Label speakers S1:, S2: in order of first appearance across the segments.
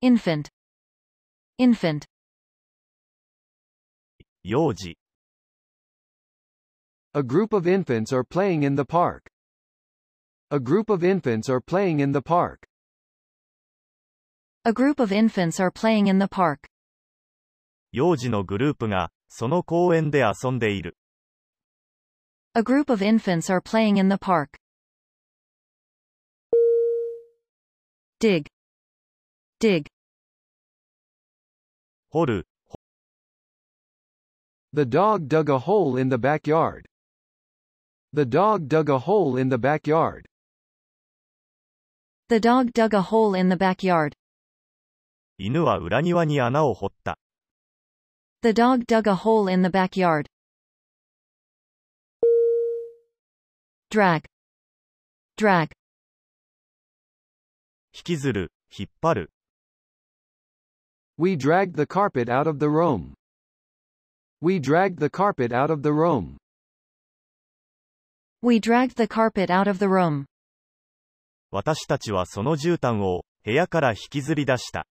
S1: infant, infant,
S2: 幼児、
S3: A group of infants are playing in the park. A group of infants are playing in the park.
S1: a group of infants are playing in the park.
S2: 幼児のグループが、その公園で遊んでいる。
S1: A group of infants are playing in the park. Dig. Dig.
S2: 掘る、
S3: The dog dug a hole in the backyard. The dog dug a hole in the backyard.
S1: The dog dug a hole in the backyard.
S2: 犬は裏庭に穴を掘った。
S1: The dog dug a hole in the backyard. Drag. Drag.
S2: 引きずる、引っ張る。
S3: We dragged the carpet out of the room. We dragged the carpet out of the room.
S1: We dragged the carpet out of the room.
S2: 私たちはその絨毯を、部屋から引きずり出した。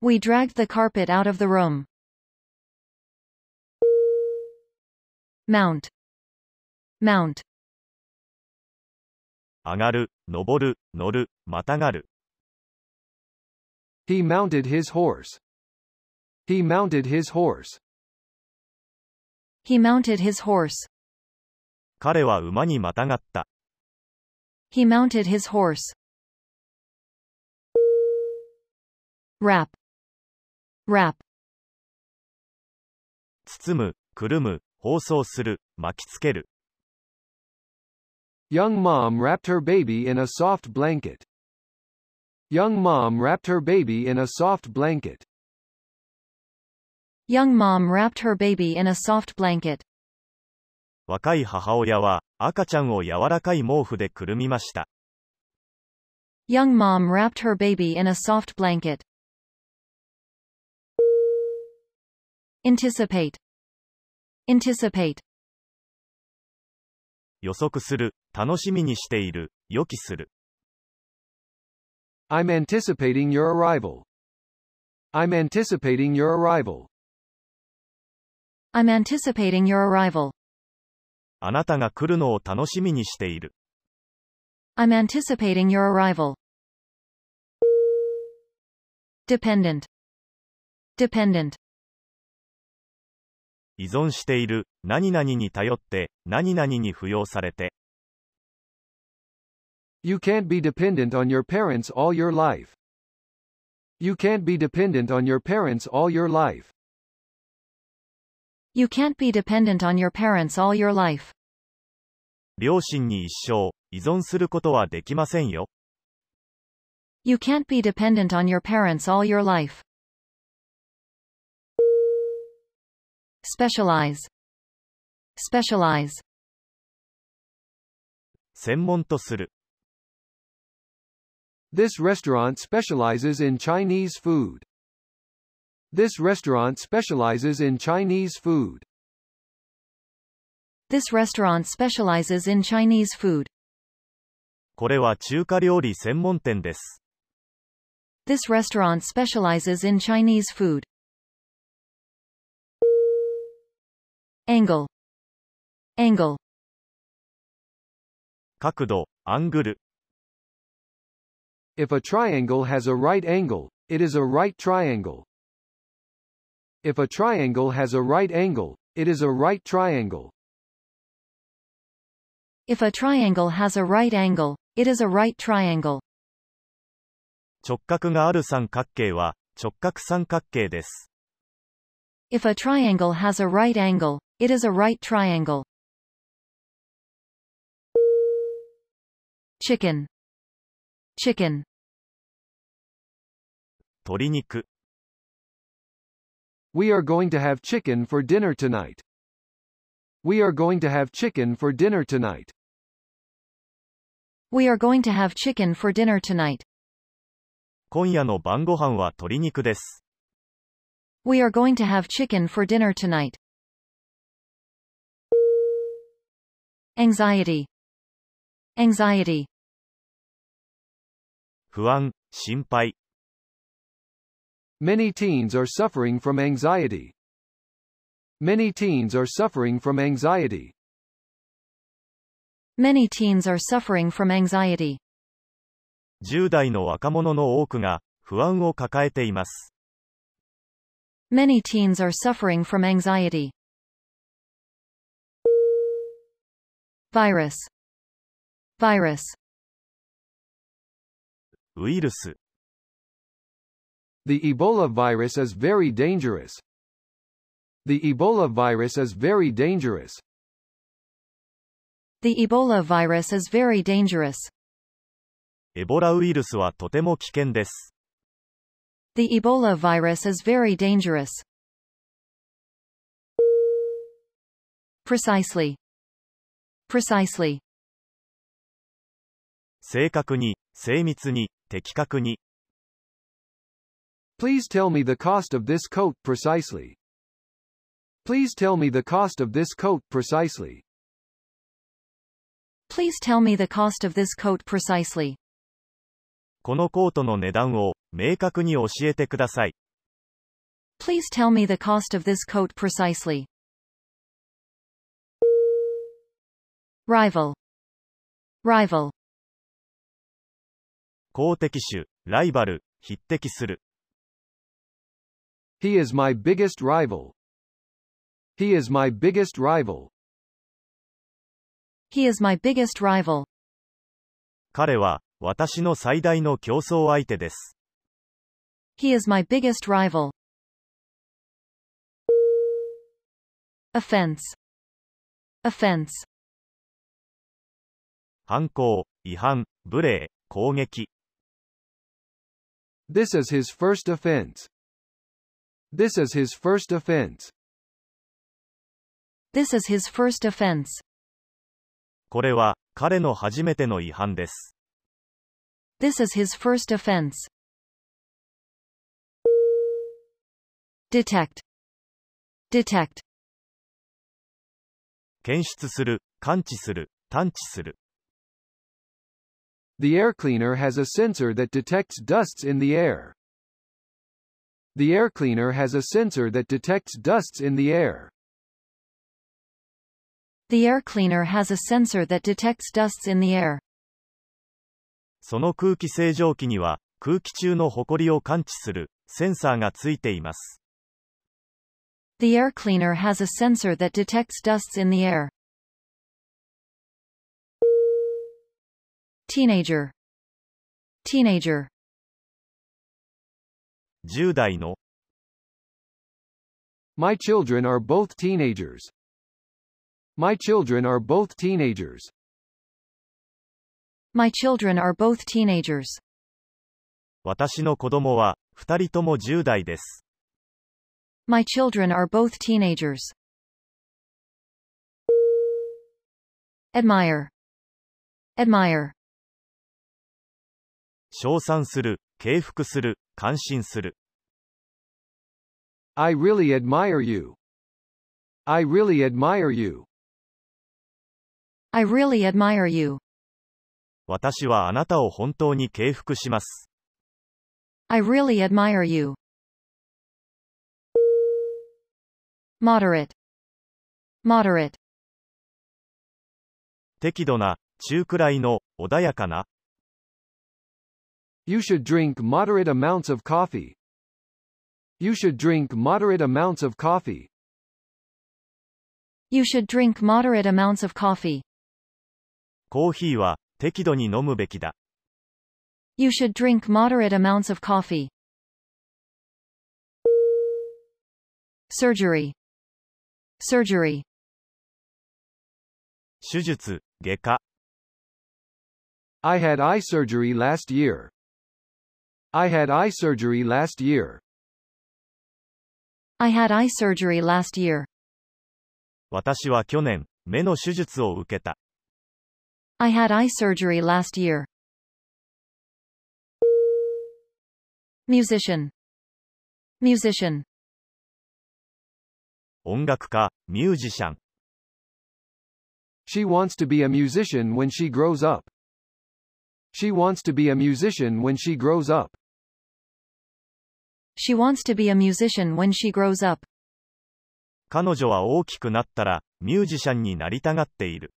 S1: We dragged the carpet out of the room. Mount. Mount.
S2: 上がる、登る、乗る、またがる。
S3: He mounted his horse. He mounted his horse.
S1: He mounted his horse.
S2: 彼は馬にまたがった。
S1: He mounted his horse. Wrap. Wrap.
S2: 包む、くるむ、包装する、巻きつける。
S3: Young mom wrapped her baby in a soft blanket. Young mom wrapped her baby in a soft blanket.
S1: Young mom wrapped her baby in a soft blanket.
S2: 若い母親は、赤ちゃんを柔らかい毛布でくるみました。
S1: Young mom wrapped her baby in a soft blanket. Anticipate. Anticipate.
S2: 予測する、楽しみにしている、予期する。
S3: I'm anticipating your arrival. I'm anticipating your arrival.
S1: I'm anticipating your arrival.
S2: あなたが来るのを楽しみにしている。
S1: I'm anticipating your arrival. Dependent. Dependent.
S2: 依存している、何々に頼って、何々に扶養されて。
S3: You can't be dependent on your parents all your life. You can't be dependent on your parents all your life.
S1: You can't be dependent on your parents all your life.
S2: 両親に一生、依存することはできませんよ。
S1: You can't be dependent on your parents all your life. Specialize. Specialize.
S2: 専門とする。
S3: This restaurant specializes in Chinese food. This restaurant specializes in Chinese food.
S1: This restaurant specializes in Chinese food.
S2: これは中華料理専門店です。
S1: This restaurant specializes in Chinese food. Angle. Angle.
S2: 角度、アングル。
S3: If a triangle has a right angle, it is a right triangle. If a triangle has a right angle, it is a right triangle.
S1: If a triangle has a right angle, it is a right triangle.
S2: 直角がある三角形は、直角三角形です。
S1: If a triangle has a right angle, it is a right triangle. Chicken. Chicken.
S2: 鶏肉。
S3: We are going to have chicken for dinner tonight. We are going to have chicken for dinner tonight.
S1: We are going to have chicken for dinner tonight.
S2: 今夜の晩ご飯は鶏肉です。
S1: We are going to have chicken for dinner tonight. Anxiety. Anxiety.
S2: 不安、心配。
S3: Many teens are suffering from anxiety. Many teens are suffering from anxiety.
S1: Many teens are suffering from anxiety.
S2: 10代の若者の多くが不安を抱えています。
S1: Many teens are suffering from anxiety. Virus. Virus.
S2: ウイルス、
S3: The Ebola virus is very dangerous. The Ebola virus is very dangerous.
S1: The Ebola virus is very dangerous.
S2: エボラウイルスはとても危険です。
S1: The Ebola virus is very dangerous. Precisely. Precisely.
S2: 正確に、精密に、的確に。
S3: Please tell me the cost of this coat precisely. Please tell me the cost of this coat precisely.
S1: Please tell me the cost of this coat precisely.
S2: このコートの値段を明確に教えてください。
S1: Please tell me the cost of this coat precisely. Rival. Rival.
S2: 公敵種、ライバル、匹敵する。
S3: He is my biggest rival. He is my biggest rival.
S1: He is my biggest rival.
S2: 彼は、私の最大の競争相手です。
S1: He is my biggest rival. Offense. Offense.
S2: 犯行、違反、無礼、攻撃。
S3: This is his first offense. This is his first offense.
S1: This is his first offense.
S2: これは、彼の初めての違反です。
S1: This is his first offense. Detect. Detect.
S2: 検出する、感知する、探知する。
S3: The air cleaner has a sensor that detects dusts in the air. The air cleaner has a sensor that detects dusts in the air.
S1: The air cleaner has a sensor that detects dusts in the air.
S2: その空気清浄機には、空気中の埃を感知する、センサーがついています。
S1: The air cleaner has a sensor that detects dusts in the air. Teenager. Teenager.
S2: 10代の、
S3: My children are both teenagers. My children are both teenagers.
S1: My children are both teenagers.
S2: 私の子供は、二人とも10代です。
S1: My children are both teenagers. Admire. Admire.
S2: 称賛する、敬服する、感心する。
S3: I really admire you. I really admire you.
S1: I really admire you.
S2: 私はあなたを本当に敬服します。
S1: I really admire you. Moderate. Moderate.
S2: 適度な、中くらいの、穏やかな。
S3: You should drink moderate amounts of coffee. You should drink moderate amounts of coffee.
S1: You should drink moderate amounts of coffee.
S2: コーヒーは、適度に飲むべきだ。
S1: You should drink moderate amounts of coffee. Surgery. Surgery.
S2: 手術、外科。
S3: I had eye surgery last year. I had eye surgery last year.
S1: I had eye surgery last year.
S2: 私は去年、目の手術を受けた。
S1: I had eye surgery last year. Musician. Musician.
S2: 音楽家、ミュージシャン。
S3: She wants to be a musician when she grows up. She wants to be a musician when she grows up.
S1: She wants to be a musician when she grows up.
S2: 彼女は大きくなったら、ミュージシャンになりたがっている。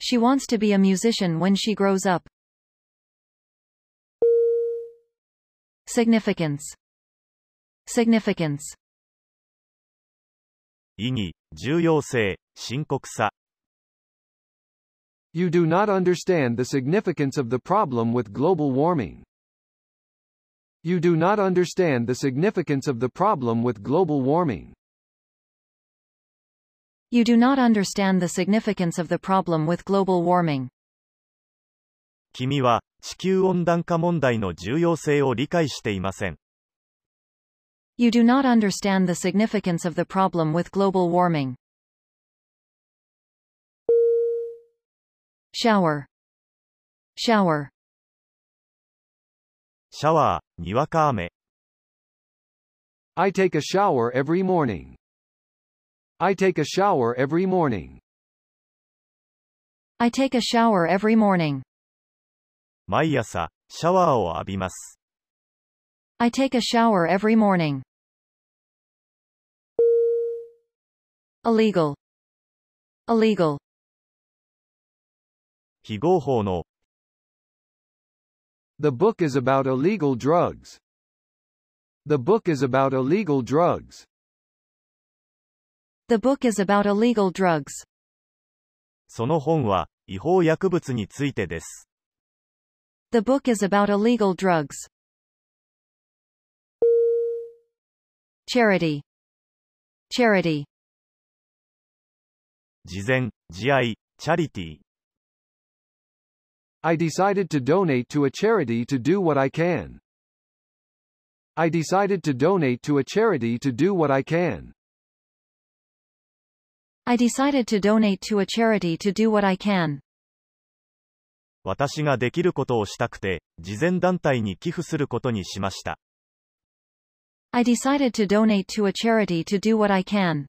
S1: She wants to be a musician when she grows up. Significance. Significance.
S2: 意義、重要性、深刻さ。
S3: You do not understand the significance of the problem with global warming. You do not understand the significance of the problem with global warming.
S1: You do not understand the significance of the problem with global warming.
S2: 君は、地球温暖化問題の重要性を理解していません。
S1: You do not understand the significance of the problem with global warming. Shower. Shower.
S2: シャワー、にわか雨。
S3: I take a shower every morning. I take a shower every morning.
S1: I take a shower every morning.
S2: 毎朝、シャワーを浴びます。
S1: I take a shower every morning. Illegal. Illegal.
S2: 非合法の、
S3: The book is about illegal drugs. The book is about illegal drugs.
S1: The book is about illegal drugs.
S2: その本は、違法薬物についてです。
S1: The book is about illegal drugs. Charity. Charity.
S2: 慈善、慈愛、チャリティー。
S3: I decided to donate to a charity to do what I can. I decided to donate to a charity to do what I can.
S1: I decided to donate to a charity to do what I can.
S2: 私ができることをしたくて、慈善団体に寄付することにしました。
S1: I decided to donate to a charity to do what I can.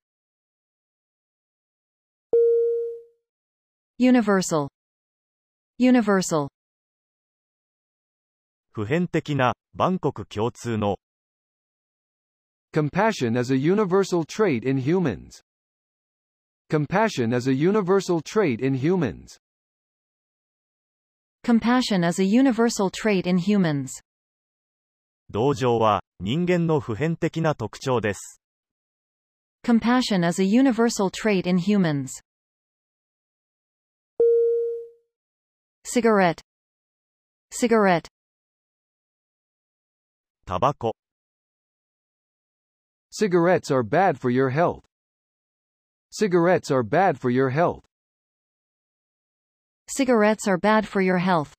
S1: Universal. Universal.
S2: 普遍的な、万国共通の、
S3: Compassion is a universal trait in humans. Compassion is a universal trait in humans.
S1: Compassion is a universal trait in humans.
S2: 同情は、人間の普遍的な特徴です。
S1: Compassion is a universal trait in humans. Cigarette. Cigarette.
S2: タバコ。
S3: Cigarettes are bad for your health. Cigarettes are bad for your health.
S1: Cigarettes are bad for your health.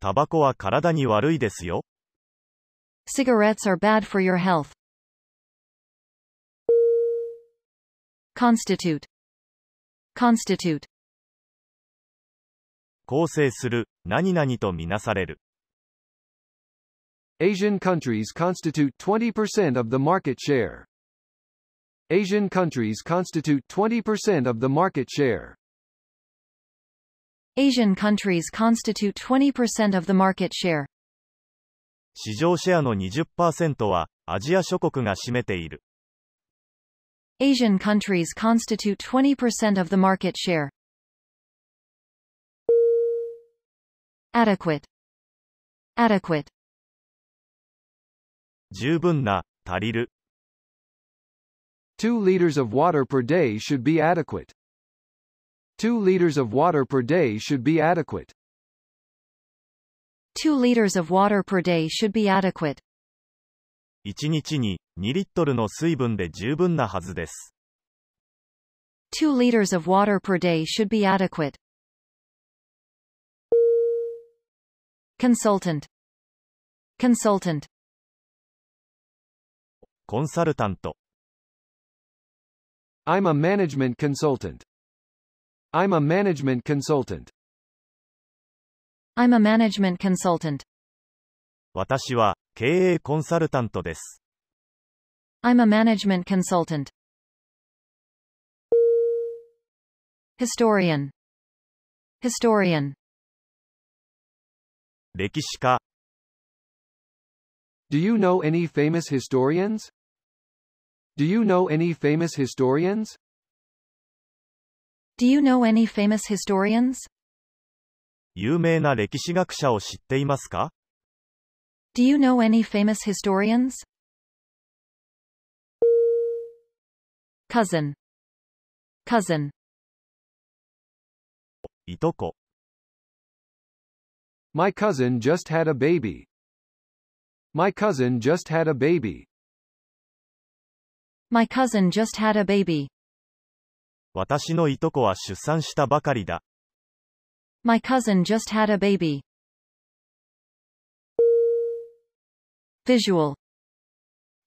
S2: タバコは体に悪いですよ。
S1: Cigarettes are bad for your health. Constitute. Constitute.
S2: 構成する、何々とみなされる。
S3: Asian countries constitute 20% of the market share. Asian countries constitute 20% of the market share.
S1: Asian countries constitute 20% of the market share.
S2: 市場シェアの20%は、アジア諸国が占めている。
S1: Asian countries constitute 20% of the market share. Adequate. Adequate.
S2: 十分な、足りる。
S3: 2 liters of water per day should be adequate. 2 liters of water per day should be adequate.
S1: 2 liters of water per day should be adequate.
S2: 1日に、2リットルの水分で十分なはずです。
S1: 2 liters of water per day should be adequate. Consultant. Consultant.
S2: コンサルタント。
S3: I'm a management consultant. I'm a management consultant.
S1: I'm a management consultant.
S2: 私は、経営コンサルタントです。
S1: I'm a management consultant. Historian. Historian.
S2: 歴史家、
S3: Do you know any famous historians? Do you know any famous historians?
S1: Do you know any famous historians?
S2: 有名な歴史学者を知っていますか
S1: Do you know any famous historians? Cousin. Cousin.
S2: いとこ、
S3: My cousin just had a baby. My cousin just had a baby.
S1: My cousin just had a baby.
S2: 私のいとこは出産したばかりだ。
S1: My cousin just had a baby. Visual.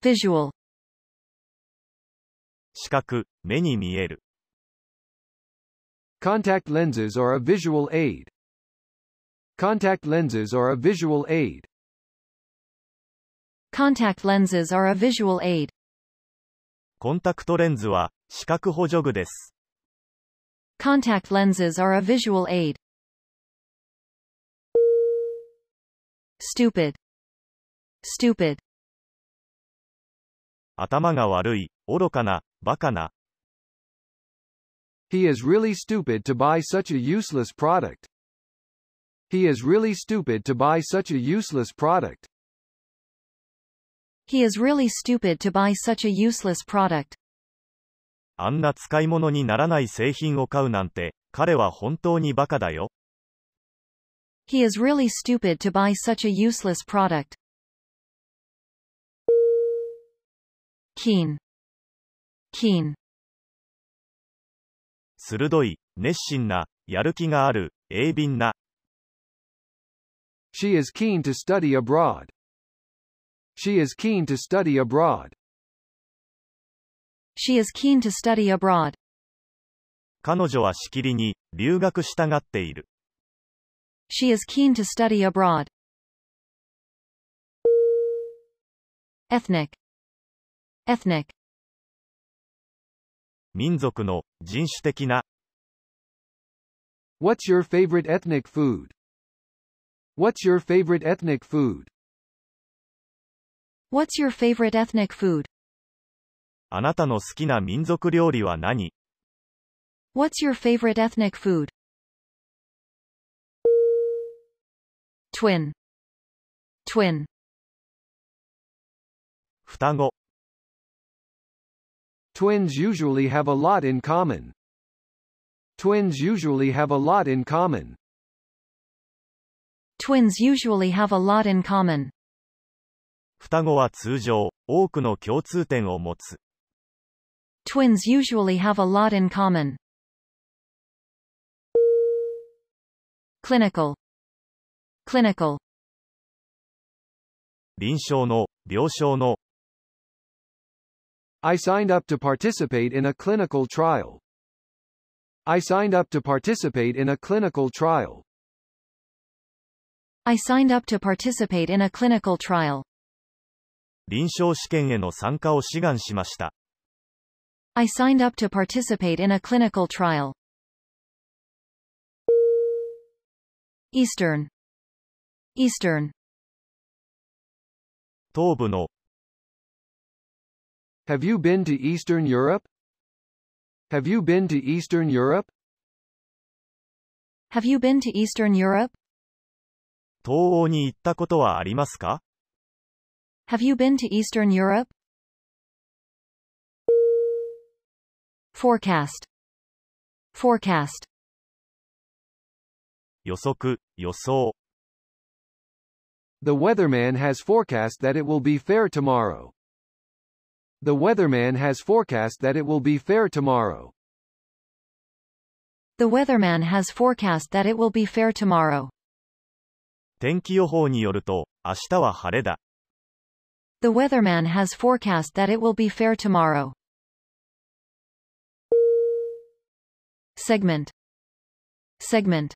S1: Visual.
S2: 視覚、目に見える。
S3: Contact lenses are a visual aid. Contact lenses are a visual aid.
S1: Contact lenses are a visual aid.
S2: コンタクトレンズは、視覚補助具です。
S1: Contact lenses are a visual aid. Stupid. Stupid.
S2: 頭が悪い、愚かな、バカな。
S3: He is really stupid to buy such a useless product. He is really stupid to buy such a useless product.
S1: He is really stupid to buy such a useless product.
S2: あんな使い物にならない製品を買うなんて、彼は本当にバカだよ。
S1: He is really stupid to buy such a useless product. Keen. Keen.
S2: 鋭い、熱心な、やる気がある、鋭敏な。
S3: She is keen to study abroad. She is keen to study abroad.
S1: She is keen to study abroad.
S2: 彼女はしきりに、留学したがっている。
S1: She is keen to study abroad. Ethnic. Ethnic.
S2: 民族の、人種的な。
S3: What's your favorite ethnic food? What's your favorite ethnic food?
S1: What's your favorite ethnic food?
S2: あなたの好きな民族料理は何
S1: What's your favorite ethnic food? Twin. Twin.
S2: 双子。
S3: Twins usually have a lot in common. Twins usually have a lot in common.
S1: Twins usually have a lot in common.
S2: 双子は通常、多くの共通点を持つ。
S1: Twins usually have a lot in common. Clinical. Clinical.
S2: 臨床の、病床の、
S3: I signed up to participate in a clinical trial. I signed up to participate in a clinical trial.
S1: I signed up to participate in a clinical trial.
S2: 臨床試験への参加を志願しました。
S1: I signed up to participate in a clinical trial. Eastern. Eastern.
S2: 東部の、
S3: Have you been to Eastern Europe? Have you been to Eastern Europe?
S1: Have you been to Eastern Europe?
S2: 東欧に行ったことはありますか
S1: Have you been to Eastern Europe? Forecast. Forecast.
S2: 予測、予想。
S3: The weatherman has forecast that it will be fair tomorrow. The weatherman has forecast that it will be fair tomorrow.
S1: The weatherman has forecast that it will be fair tomorrow.
S2: 天気予報によると、明日は晴れだ。
S1: The weatherman has forecast that it will be fair tomorrow. Segment. Segment.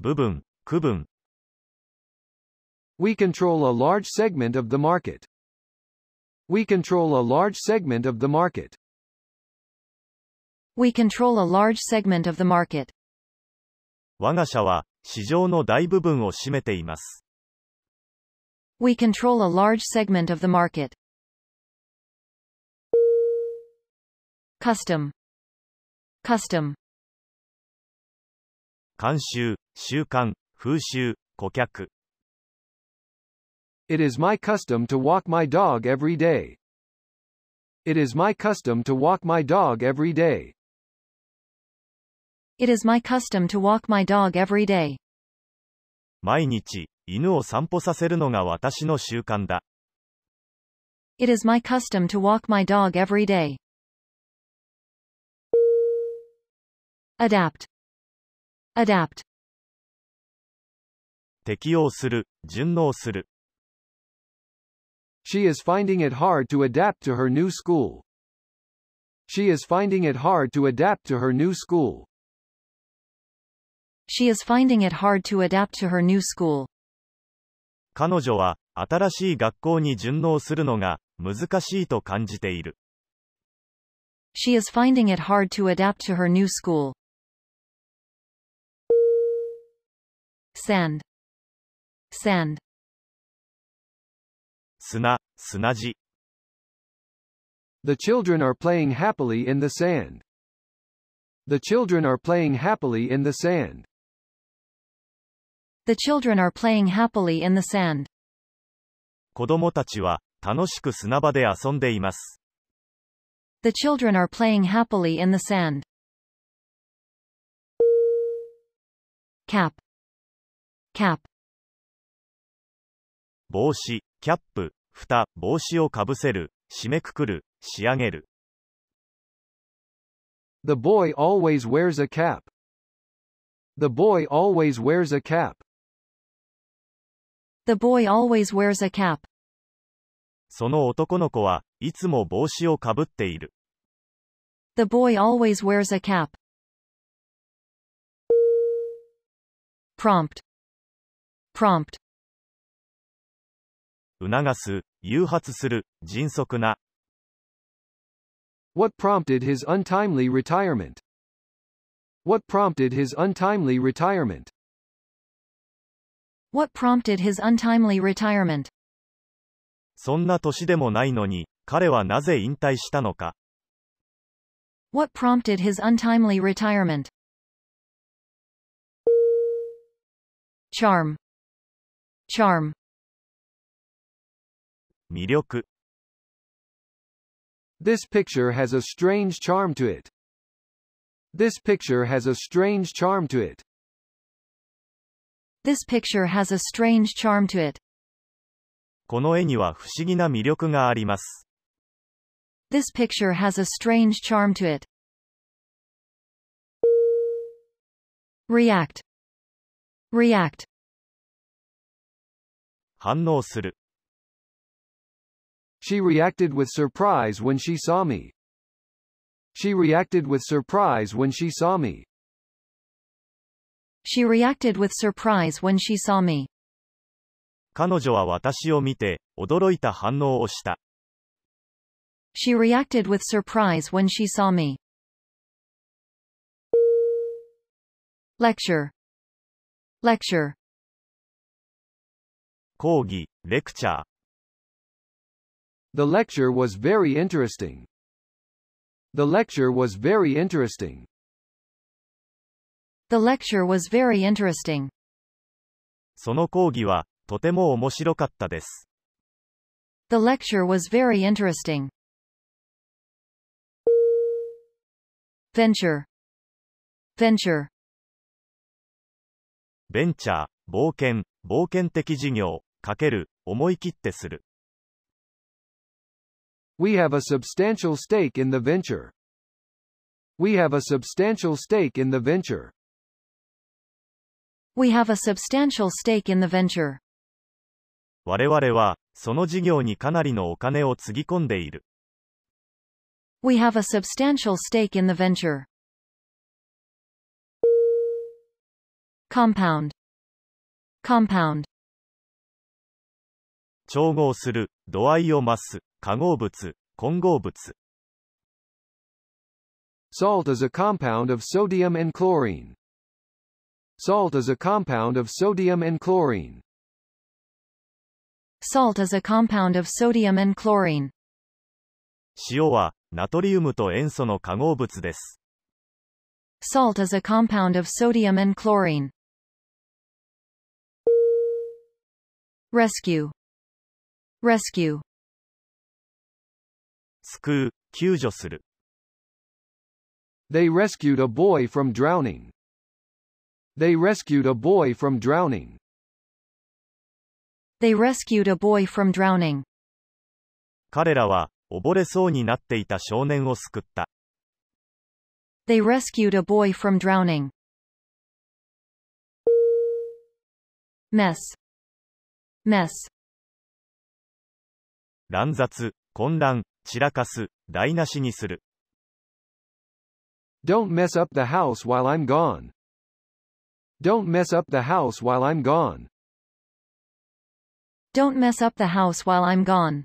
S2: 部分、区分。
S3: We control a large segment of the market. We control a large segment of the market.
S1: We control a large segment of the market.
S2: 我が社は、市場の大部分を占めています。
S1: We control a large segment of the market. Custom. Custom.
S2: 慣習、習慣、風習、顧客。
S3: It is my custom to walk my dog every day. It is my custom to walk my dog every day.
S1: It is my custom to walk my dog every day.
S2: 毎日、犬を散歩させるのが私の習慣だ。
S1: It is my custom to walk my dog every day. Adapt. Adapt.
S2: 適応する、順応する。
S3: She is finding it hard to adapt to her new school. She is finding it hard to adapt to her new school.
S1: She is finding it hard to adapt to her new school.
S2: 彼女は、新しい学校に順応するのが、難しいと感じている。
S1: She is finding it hard to adapt to her new school. Sand. Sand.
S2: 砂、砂地。
S3: The children are playing happily in the sand. The children are playing happily in the sand.
S1: The children are playing happily in the sand.
S2: 子供たちは、楽しく砂場で遊んでいます。
S1: The children are playing happily in the sand. Cap. Cap.
S2: 帽子、キャップ、蓋、帽子をかぶせる、締めくくる、仕上げる。
S3: The boy always wears a cap. The boy always wears a cap.
S1: The boy always wears a cap.
S2: その男の子はいつも帽子をかぶっている。
S1: The boy always wears a cap. Prompt. Prompt.
S2: 促す、誘発する、迅速な。
S3: What prompted his untimely retirement? What prompted his untimely retirement?
S1: What prompted his untimely retirement?
S2: そんな年でもないのに、彼はなぜ引退したのか。
S1: What prompted his untimely retirement? Charm. Charm.
S2: 魅力。
S3: This picture has a strange charm to it. This picture has a strange charm to it.
S1: This picture has a strange charm to it.
S2: この絵には不思議な魅力があります。
S1: This picture has a strange charm to it. React. React.
S2: 反応する。
S3: She reacted with surprise when she saw me. She reacted with surprise when she saw me.
S1: She reacted with surprise when she saw me.
S2: 彼女は私を見て、驚いた反応をした。
S1: She reacted with surprise when she saw me. Lecture. Lecture.
S2: 講義、レクチャー。
S3: The lecture was very interesting. The lecture was very interesting.
S1: The lecture was very interesting.
S2: その講義は、とても面白かったです。
S1: The lecture was very interesting. Venture. Venture.
S2: ベンチャー、冒険、冒険的事業、かける、思い切ってする。
S3: We have a substantial stake in the venture. We have a substantial stake in the venture.
S1: We have a substantial stake in the venture.
S2: 我々は、その事業にかなりのお金をつぎ込んでいる。
S1: We have a substantial stake in the venture. Compound. Compound.
S2: 調合する、度合いを増す、化合物、混合物。
S3: Salt is a compound of sodium and chlorine. Salt is a compound of sodium and chlorine.
S1: Salt is a compound of sodium and chlorine.
S2: 塩は、ナトリウムと塩素の化合物です。
S1: Salt is a compound of sodium and chlorine. Rescue. Rescue.
S2: 救う、救助する。
S3: They rescued a boy from drowning. They rescued a boy from drowning.
S1: They rescued a boy from drowning.
S2: 彼らは、溺れそうになっていた少年を救った。
S1: They rescued a boy from drowning. Mess. Mess.
S2: 乱雑、混乱、散らかす、台無しにする。
S3: Don't mess up the house while I'm gone. Don't mess up the house while I'm gone.
S1: Don't mess up the house while I'm gone.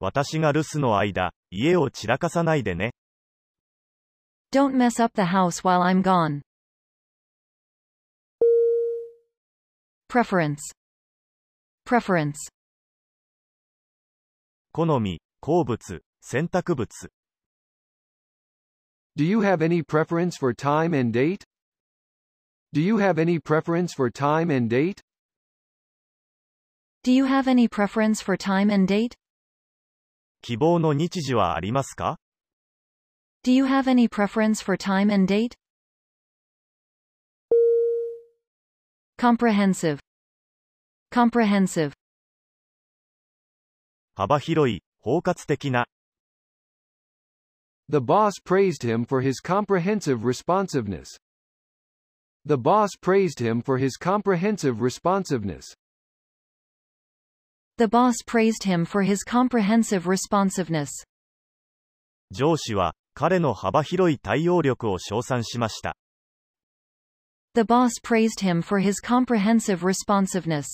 S2: 私が留守の間、家を散らかさないでね。
S1: Don't mess up the house while I'm gone. Preference. Preference.
S2: 好み、好物、選択物。
S3: Do you have any preference for time and date? Do you have any preference for time and date?
S1: Do you have any preference for time and date?
S2: 希望の日時はありますか
S1: Do you have any preference for time and date? Comprehensive. Comprehensive.
S2: 幅広い、包括的な。
S3: The boss praised him for his comprehensive responsiveness. The boss praised him for his comprehensive responsiveness.
S1: The boss praised him for his comprehensive responsiveness.
S2: 上司は、彼の幅広い対応力を称賛しました。
S1: The boss praised him for his comprehensive responsiveness.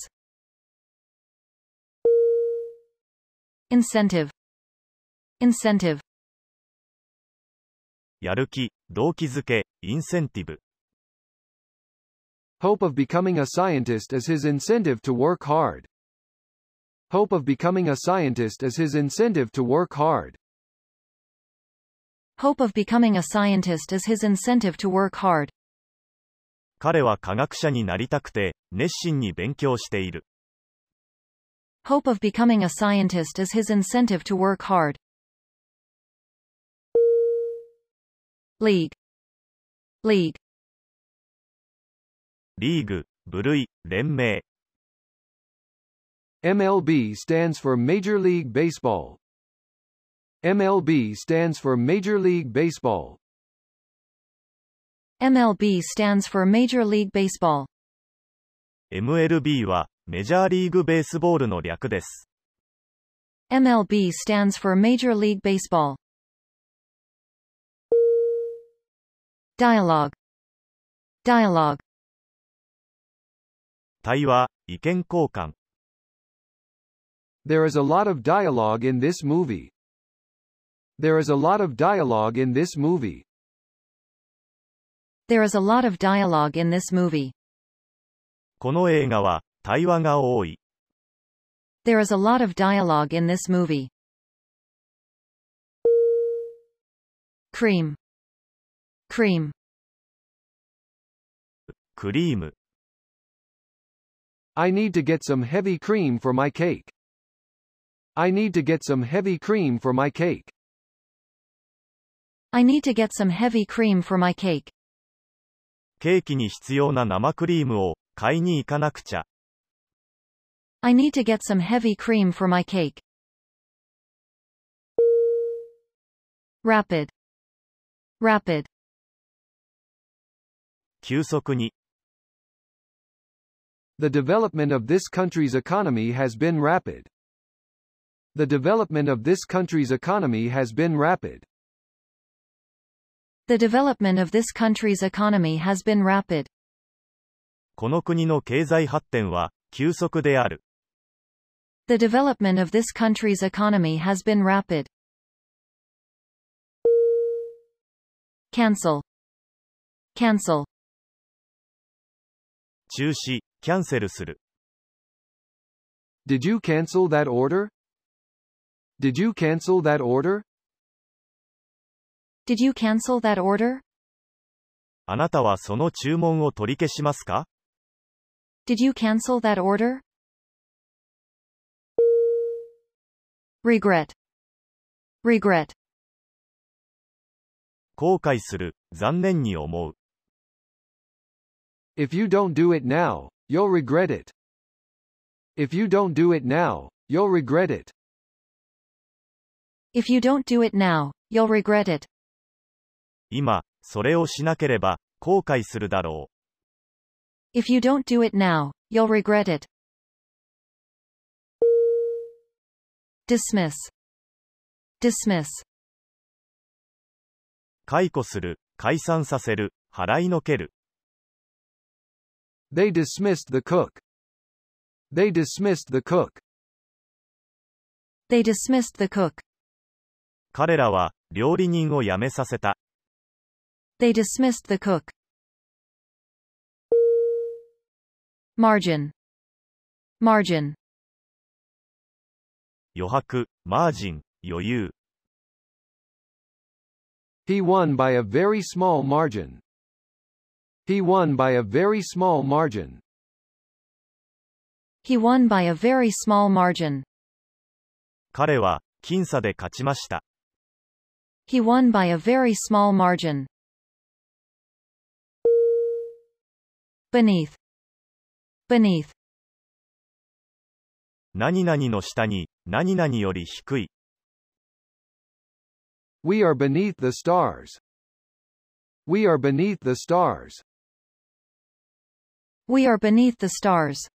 S1: Incentive. Incentive.
S2: やる気、動機づけ、インセンティブ。
S3: Hope of becoming a scientist is his incentive to work hard. Hope of becoming a scientist is his incentive to work hard.
S1: Hope of becoming a scientist is his incentive to work hard.
S2: 彼は科学者になりたくて、熱心に勉強している。
S1: Hope of becoming a scientist is his incentive to work hard. League. League.
S2: リーグ、部類、連盟。
S3: MLB stands for Major League Baseball. MLB stands for Major League Baseball.
S1: MLB stands for Major League Baseball.
S2: MLB は、メジャーリーグベースボールの略です。
S1: MLB stands for Major League Baseball. Dialogue. Dialogue.
S2: 対話、意見交換。
S3: There is a lot of dialogue in this movie. There is a lot of dialogue in this movie.
S1: There is a lot of dialogue in this movie.
S2: この映画は、対話が多い。
S1: There is a lot of dialogue in this movie. Cream. Cream.
S2: クリーム。
S3: I need to get some heavy cream for my cake. I need to get some heavy cream for my cake.
S1: I need to get some heavy cream for my cake.
S2: ケーキに必要な生クリームを、買いに行かなくちゃ。
S1: I need to get some heavy cream for my cake. Rapid. Rapid.
S2: 急速に。
S3: The development of this country's economy has been rapid. The development of this country's economy has been rapid.
S1: The development of this country's economy has been rapid.
S2: この国の経済発展は、急速である。
S1: The development of this country's economy has been rapid. Cancel. Cancel.
S2: 中止、キャンセルする。
S3: Did you cancel that order? Did you cancel that order?
S1: Did you cancel that order?
S2: あなたはその注文を取り消しますか
S1: Did you cancel that order? Regret. Regret.
S2: 後悔する、残念に思う。
S3: If you don't do it now, you'll regret it. If you don't do it now, you'll regret it.
S1: If you don't do it now, you'll regret it.
S2: 今、それをしなければ、後悔するだろ
S1: If you don't do it now, you'll regret it. Dismiss. Dismiss.
S2: う。解雇する、解散させる、払いのける。
S3: They dismissed the cook. They dismissed the cook.
S1: They dismissed the cook.
S2: 彼らは、料理人を辞めさせた。
S1: They dismissed the cook. Margin. Margin.
S2: 余白、マージン、余裕。
S3: He won by a very small margin. He won by a very small margin.
S1: He won by a very small margin.
S2: 彼は、僅差で勝ちました。
S1: He won by a very small margin. Beneath. Beneath.
S2: 何々の下に、何々より低い。
S3: We are beneath the stars. We are beneath the stars.
S1: We are beneath the stars.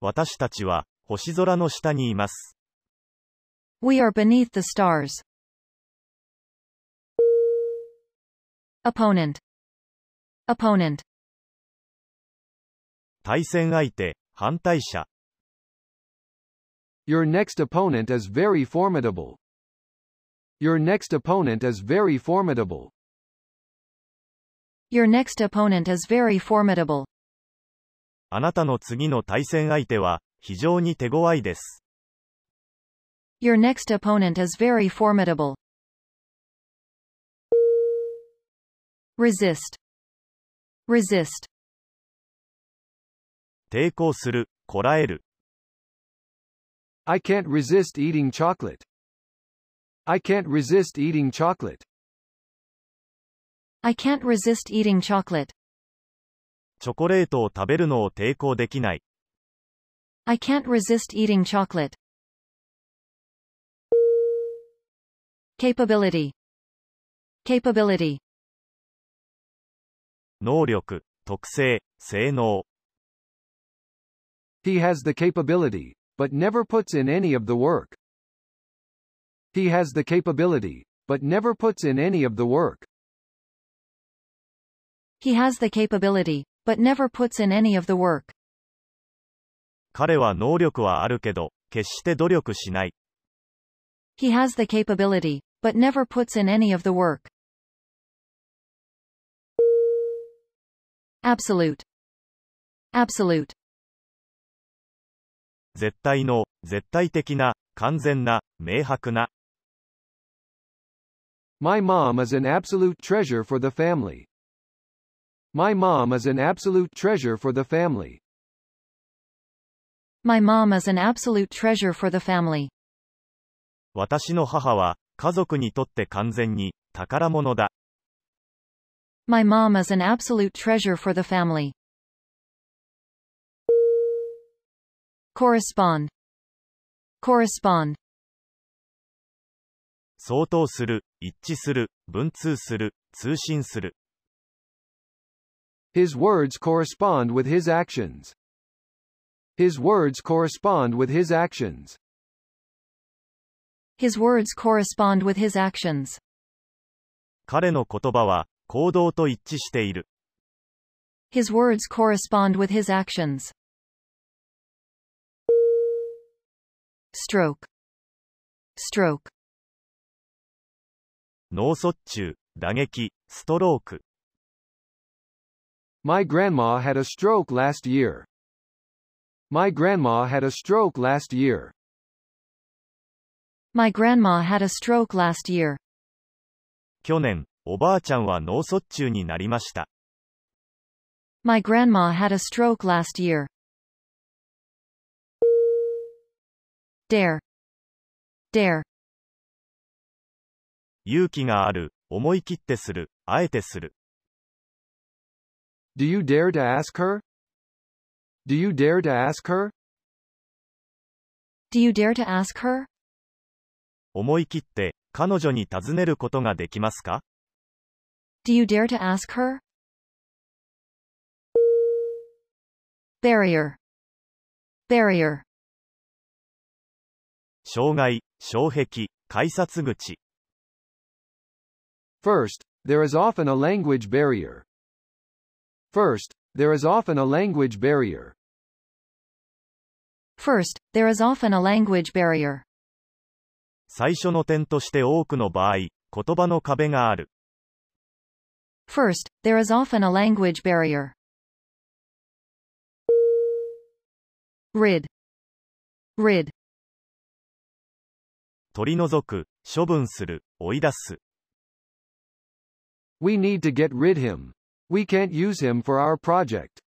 S2: 私たちは、星空の下にいます。
S1: We are beneath the stars. Opponent. Opponent.
S2: 対戦相手、反対者。
S3: Your next opponent is very formidable. Your next opponent is very formidable.
S1: Your next opponent is very formidable.
S2: あなたの次の対戦相手は、非常に手強いです。
S1: Your next opponent is very formidable. Resist. Resist.
S2: 抵抗する、こらえる。
S3: I can't resist eating chocolate. I can't resist eating chocolate.
S1: I can't resist eating chocolate.
S2: チョコレートを食べるのを抵抗できない。
S1: I can't resist eating chocolate. Capability. Capability.
S2: 能力、特性、性能。
S3: He has the capability, but never puts in any of the work. He has the capability, but never puts in any of the work.
S1: He has the capability, but never puts in any of the work.
S2: 彼は能力はあるけど、決して努力しない。
S1: He has the capability, but never puts in any of the work. Absolute. Absolute.
S2: 絶対の、絶対的な、完全な、明白な。
S3: My mom is an absolute treasure for the family. My mom is an absolute treasure for the family.
S1: My mom is an absolute treasure for the family.
S2: 私の母は、家族にとって完全に、宝物だ。
S1: My mom is an absolute treasure for the family. Correspond. Correspond.
S2: 相当する、一致する、文通する、通信する。
S3: His words correspond with his actions. His words correspond with his actions.
S1: His words correspond with his actions.
S2: 彼の言葉は、行動と一致している。
S1: His words correspond with his actions. Stroke. Stroke.
S2: 脳卒中、打撃、ストローク。
S3: My grandma had a stroke last year. My grandma had a stroke last year.
S1: My grandma had a stroke last year.
S2: 去年、おばあちゃんは脳卒中になりました。
S1: My grandma had a stroke last year. Dare. Dare.
S2: 勇気がある、思い切ってする、あえてする。
S3: Do you dare to ask her? Do you dare to ask her?
S1: Do you dare to ask her?
S2: 思い切って、彼女に尋ねることができますか
S1: Do you dare to ask her? Barrier. Barrier.
S2: 障害、障壁、改札口。
S3: First, there is often a language barrier. First, there is often a language barrier.
S1: First, there is often a language barrier.
S2: 最初の点として多くの場合、言葉の壁がある。
S1: First, there is often a language barrier. Rid. Rid.
S2: 取り除く、処分する、追い出す。
S3: We need to get rid him. We can't use him for our project.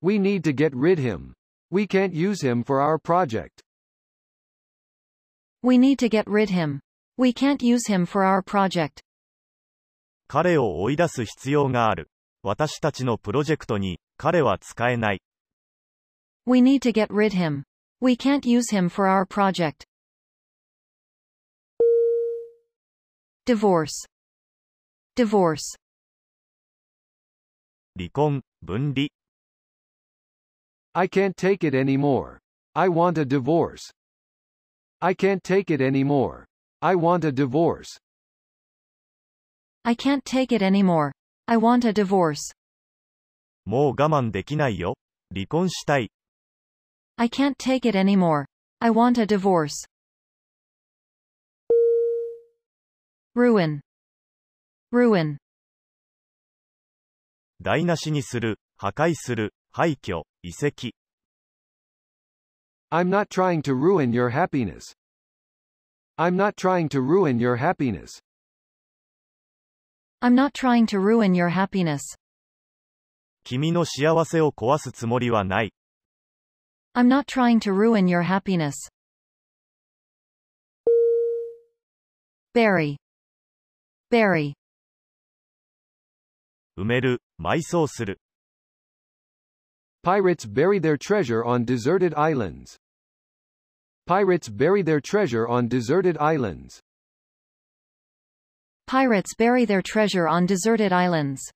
S3: We need to get rid him. We can't use him for our project.
S1: We need to get rid him. We can't use him for our project.
S2: 彼を追い出す必要がある。私たちのプロジェクトに、彼は使えない。
S1: We need to get rid him. We can't use him for our project. Divorce. Divorce.
S2: 離婚、分離。
S3: I can't take it anymore. I want a divorce. I can't take it anymore. I want a divorce.
S1: I can't take it anymore. I want a divorce.
S2: もう我慢できないよ。離婚したい。
S1: I can't take it anymore. I want a divorce. Ruin. Ruin.
S2: 台無しにする、破壊する、廃墟、遺跡。
S3: I'm not trying to ruin your happiness. I'm not trying to ruin your happiness.
S1: I'm not trying to ruin your happiness.
S2: 君の幸せを壊すつもりはない。
S1: I'm not trying to ruin your happiness. Bury. Bury.
S2: 埋める、埋葬する。
S3: Pirates bury their treasure on deserted islands. Pirates bury their treasure on deserted islands.
S1: Pirates bury their treasure on deserted islands.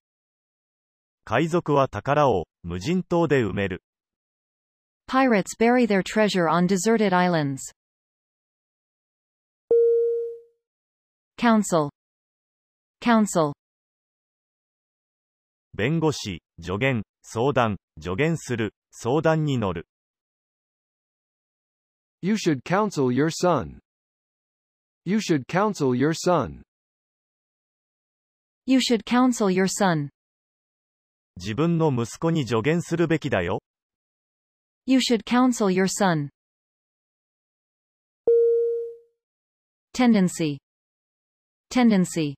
S2: 海賊は宝を、無人島で埋める。
S1: Pirates bury their treasure on deserted islands. Council. Council.
S2: 弁護士、助言、相談、助言する、相談に乗る。
S3: You should counsel your son. You should counsel your son.
S1: You should counsel your son.
S2: 自分の息子に助言するべきだよ。
S1: You should counsel your son. Tendency. Tendency.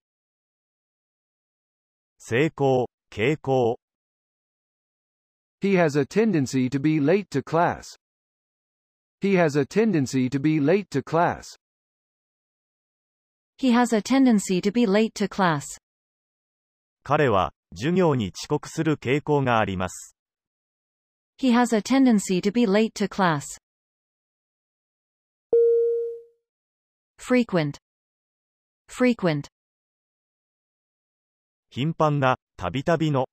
S2: 成功、傾向。
S3: He has a tendency to be late to class. He has a tendency to be late to class.
S1: He has a tendency to be late to class.
S2: 彼は、授業に遅刻する傾向があります。
S1: He has a tendency to be late to class. Frequent. Frequent.
S2: 頻繁な、たびたびの、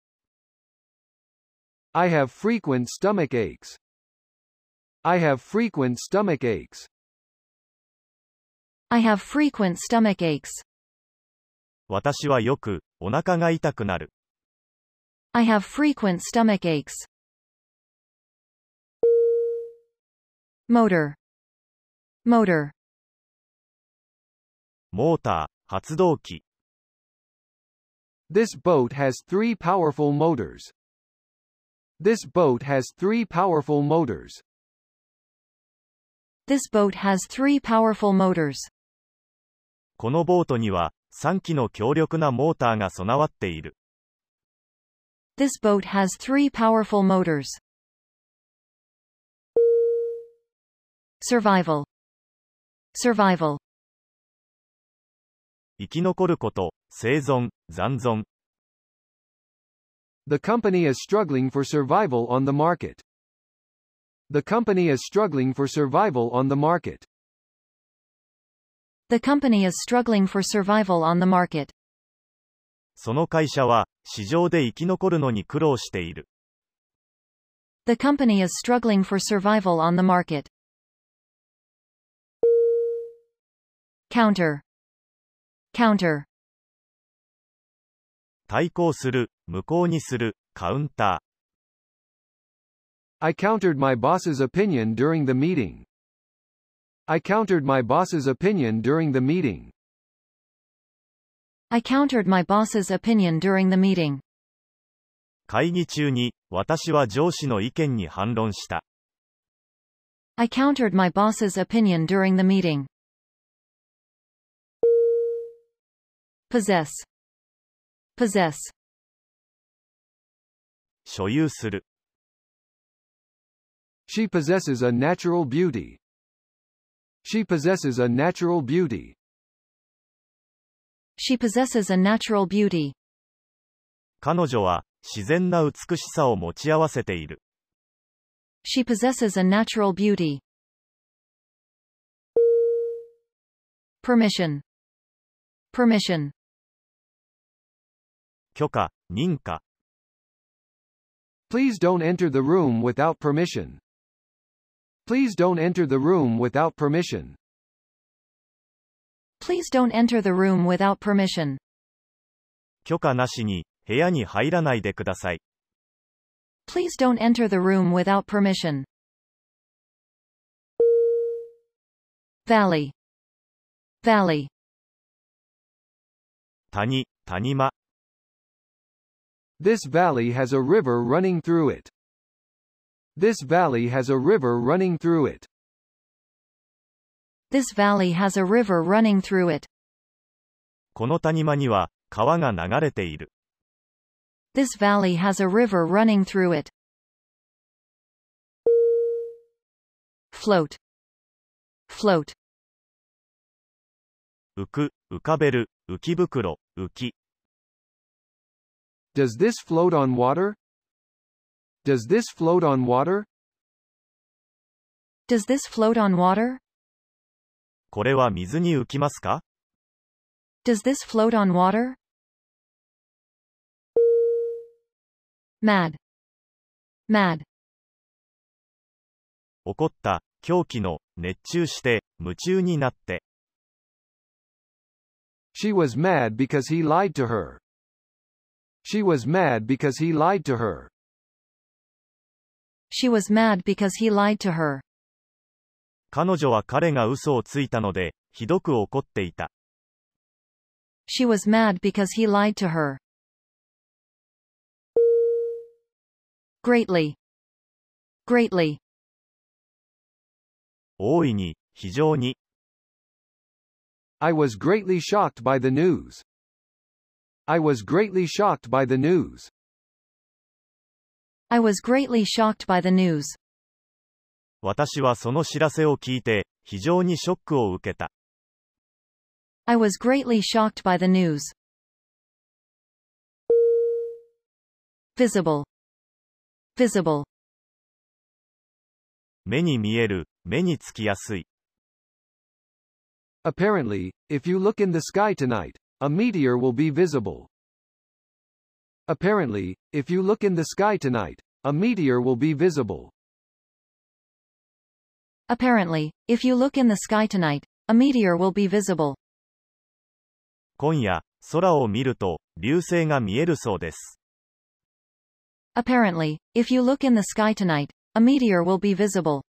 S3: I have frequent stomach aches. I have frequent stomach aches.
S1: I have frequent stomach aches.
S2: 私はよく、お腹が痛くなる。
S1: I have frequent stomach aches. Motor. Motor.
S2: モーター、発動機。
S3: This boat has three powerful motors. This boat has three powerful motors.
S1: This boat has three powerful motors.
S2: このボートには3機の強力なモーターが備わっている
S1: This boat has three powerful motors. Survival. Survival.
S2: 生き残ること生存残存
S3: The company is struggling for survival on the market. The company is struggling for survival on the market.
S1: The company is struggling for survival on the market.
S2: その会社は市場で生き残るのに苦労している
S1: The company is struggling for survival on the market. Counter. Counter.
S2: 対抗する無効にするカウンタ
S3: I countered my boss's opinion during the meeting. I countered my boss's opinion during the meeting.
S1: I countered my boss's opinion during the meeting.
S2: ー会議中に私は上司の意見に反論した
S1: I countered my boss's opinion during the meeting. Possess. Possess.
S2: 所有する
S3: She possesses a natural beauty. She possesses a natural beauty.
S1: She possesses a natural beauty.
S2: 彼女は自然な美しさを持ち合わせている
S1: She possesses a natural beauty. Permission. Permission.
S2: 許可認可
S3: Please don't enter the room without permission. Please don't enter the room without permission.
S1: Please don't enter the room without permission.
S2: 許可なしに部屋に入らないでください
S1: Please don't enter the room without permission. Valley. Valley.
S2: 谷谷間
S3: This valley has a river running through it. This valley has a river running through it.
S1: This valley has a river running through it.
S2: この谷間には川が流れている
S1: This valley has a river running through it. Float. Float.
S2: 浮く浮かべる浮き袋浮き
S3: Does this float on water? Does this float on water?
S1: Does this float on water?
S2: これは水に浮きますか
S1: Does this float on water? Mad. Mad.
S2: 起こった狂気の熱中して夢中になって
S3: She was mad because he lied to her. She was mad because he lied to her.
S1: She was mad because he lied to her.
S2: 彼女は彼が嘘をついたのでひどく怒っていた
S1: She was mad because he lied to her. Greatly. Greatly.
S2: 大いに非常に
S3: I was greatly shocked by the news. I was greatly shocked by the news.
S1: I was greatly shocked by the news.
S2: 私はその知らせを聞いて非常にショックを受けた
S1: I was greatly shocked by the news. Visible. Visible.
S2: 目に見える目につきやすい
S3: Apparently, if you look in the sky tonight, a meteor will be visible. Apparently, if you look in the sky tonight, a meteor will be visible.
S1: Apparently, if you look in the sky tonight, a meteor will be visible.
S2: 今夜空を見ると流星が見えるそうです
S1: Apparently, if you look in the sky tonight, a meteor will be visible.